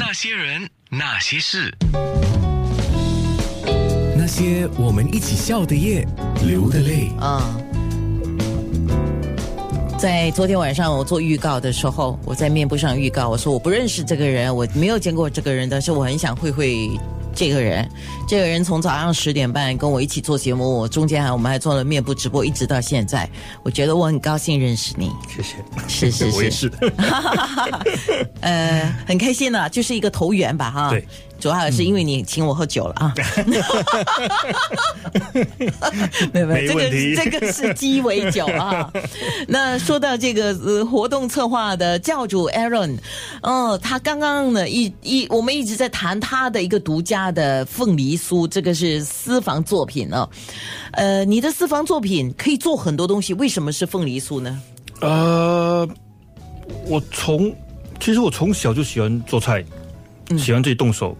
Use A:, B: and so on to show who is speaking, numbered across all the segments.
A: 那些人，那些事，
B: 那些我们一起笑的夜，流的泪。
C: 嗯，在昨天晚上我做预告的时候，我在面部上预告，我说我不认识这个人，我没有见过这个人，但是我很想会会这个人。这个人从早上十点半跟我一起做节目，我中间还我们还做了面部直播，一直到现在，我觉得我很高兴认识你。
D: 谢谢，
C: 是是
D: 我也
C: 是
D: 是，
C: 呃，很开心啊，就是一个投缘吧，哈。
D: 对。嗯
C: 主要是因为你请我喝酒了啊。 没有没
D: 没
C: 有，
D: 问
C: 这
D: 题
C: 个这个是鸡尾酒 啊。那说到这个呃活动策划的教主 Aaron，哦，他刚刚呢一一我们一直在谈他的一个独家的凤梨酥，这个是私房作品哦。呃，你的私房作品可以做很多东西，为什么是凤梨酥呢？
D: 呃，我从其实我从小就喜欢做菜，喜欢自己动手，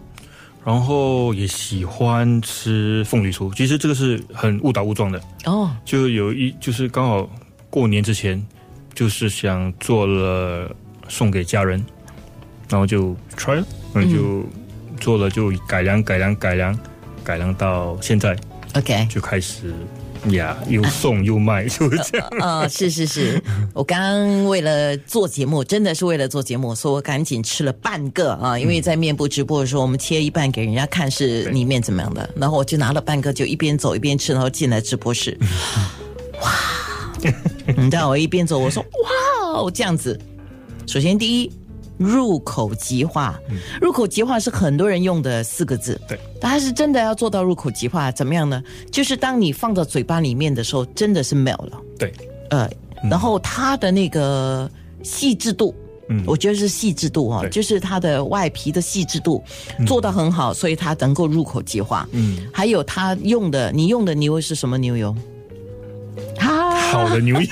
D: 然后也喜欢吃凤梨酥。其实这个是很误打误撞的，
C: 哦，
D: 就有一就是刚好过年之前，就是想做了送给家人，然后就 try 了，然后就做了，就改良改良改良改良到现在
C: OK，
D: 就开始呀，又送又卖，就是这样。
C: 啊、是是是，我刚刚为了做节目，真的是为了做节目，所以我赶紧吃了半个啊，因为在面部直播的时候，我们切一半给人家看是里面怎么样的，然后我就拿了半个，就一边走一边吃，然后进来直播室，哇！你知道我一边走，我说哇哦这样子。首先第一。入口即化，入口即化是很多人用的四个字。
D: 对，
C: 它是真的要做到入口即化，怎么样呢？就是当你放到嘴巴里面的时候，真的是 melt 了。
D: 对，
C: 呃，然后它的那个细致度。
D: 嗯
C: 我觉得是细致度哦，
D: 对
C: 就是它的外皮的细致度做到很好，所以它能够入口即化。
D: 嗯，
C: 还有它用的，你用的牛油是什么牛油？啊，
D: 好的牛油，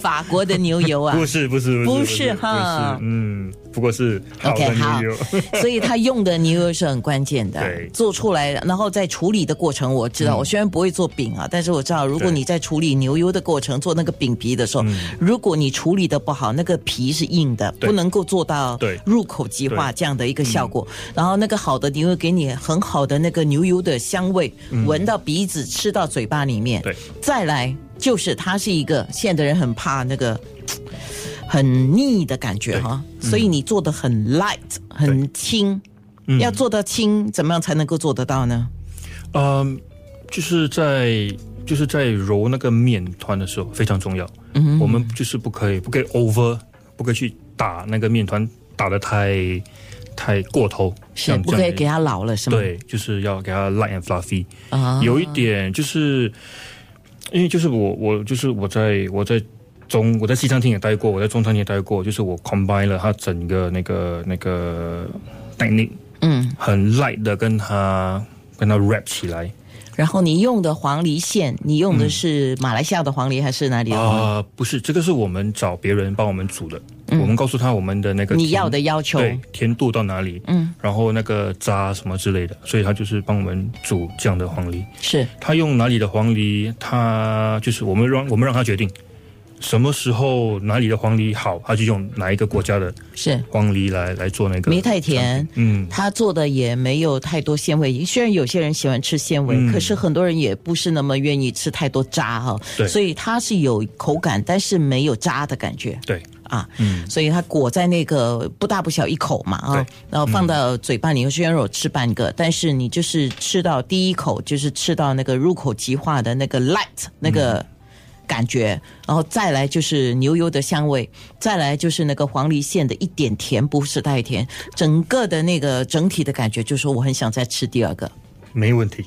C: 法国的牛油啊
D: 不。是不是
C: 不
D: 不
C: 是哈
D: 不是嗯，不过是好
C: OK，
D: 的
C: 好
D: 牛油，
C: 所以它用的牛油是很关键的
D: 对，嗯
C: 做出来，然后在处理的过程，我知道，我虽然不会做饼啊，但是我知道，如果
D: 对嗯
C: 你在处理牛油的过程做那个饼皮的时候，如果你处理的不好，那个皮是硬的，
D: 对
C: 不能够做到
D: 对嗯
C: 入口即化这样的一个效果。然后那个好的牛油给你很好的那个牛油的香味，闻到鼻子，吃到嘴巴里面，
D: 嗯对，
C: 再来就是它是一个现在的人很怕那个很腻的感觉哈，
D: 嗯
C: 所以你做的很 light 很轻，要做到轻，怎么样才能够做得到呢？
D: 嗯，就是在就是在揉那个面团的时候非常重要。嗯，我们就是不可以不可以 over，不可以去打那个面团打的太太过头，这
C: 是
D: 样
C: 不可以
D: 这
C: 给嗯
D: 样
C: 它老了是吗？
D: 对，就是要给它 light and fluffy。
C: 啊，
D: 有一点就是，因为就是我我就是我在我在中我在西餐厅也待过，我在中餐厅也待过，就是我 combine 了它整个那个那个 technique，
C: 嗯，
D: 很 light 的跟它跟它 wrap 起来。
C: 然后你用的黄梨馅，你用的是马来西亚的黄梨还是哪里的黄梨？
D: 嗯啊、不是，这个是我们找别人帮我们煮的，我们告诉他我们的那个
C: 嗯你
D: 甜
C: 要的要求
D: 对甜度到哪里，嗯，然后那个渣什么之类的，所以他就是帮我们煮这样的黄梨。
C: 是
D: 他用哪里的黄梨，他就是我们让我们让他决定什么时候哪里的黄梨好，他就用哪一个国家的
C: 是，
D: 黄梨来来做那个。
C: 没太甜。
D: 嗯，
C: 他做的也没有太多纤维，虽然有些人喜欢吃纤维，
D: 嗯
C: 可是很多人也不是那么愿意吃太多渣哈、
D: 对
C: 所以它是有口感，但是没有渣的感觉
D: 对，
C: 啊，所以它裹在那个不大不小一口嘛啊
D: 嗯对，
C: 然后放到嘴巴里，虽然我吃半个，但是你就是吃到第一口就是吃到那个入口即化的那个
D: 嗯
C: light 那个。感觉，然后再来就是牛油的香味，再来就是那个黄梨馅的一点甜，不是太甜，整个的那个整体的感觉，就是我很想再吃第二 个。
D: 没问题，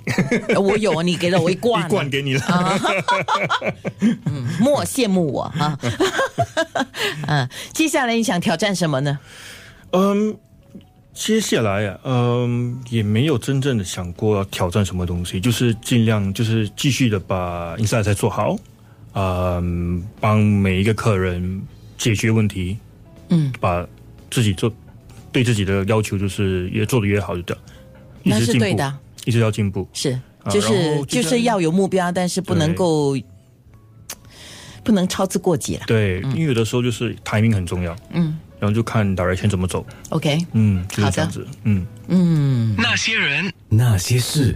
C: 呃我有啊，你给了我一罐啊，
D: 一罐给你了。
C: 莫羡慕我啊！ 嗯，接下来你想挑战什么呢？
D: 嗯，接下来啊，嗯，也没有真正的想过要挑战什么东西，就是尽量就是继续的把 inside 菜做好，嗯，帮每一个客人解决问题，嗯，把自己做对自己的要求就是越做的越好就对了，一
C: 那
D: 直
C: 是
D: 进步，
C: 对的
D: 一直要进步，
C: 是，
D: 啊
C: 就
D: 然
C: 是
D: 后
C: 就
D: 就是
C: 是要有目标，但是不能够不能操之过急了。
D: 对，因为有的时候就是 timing 很重要，嗯，然后就看 direction 怎么走。
C: OK，
D: 嗯，就
C: 好的
D: 是这样子。嗯，
A: 那些人。
B: 那些事。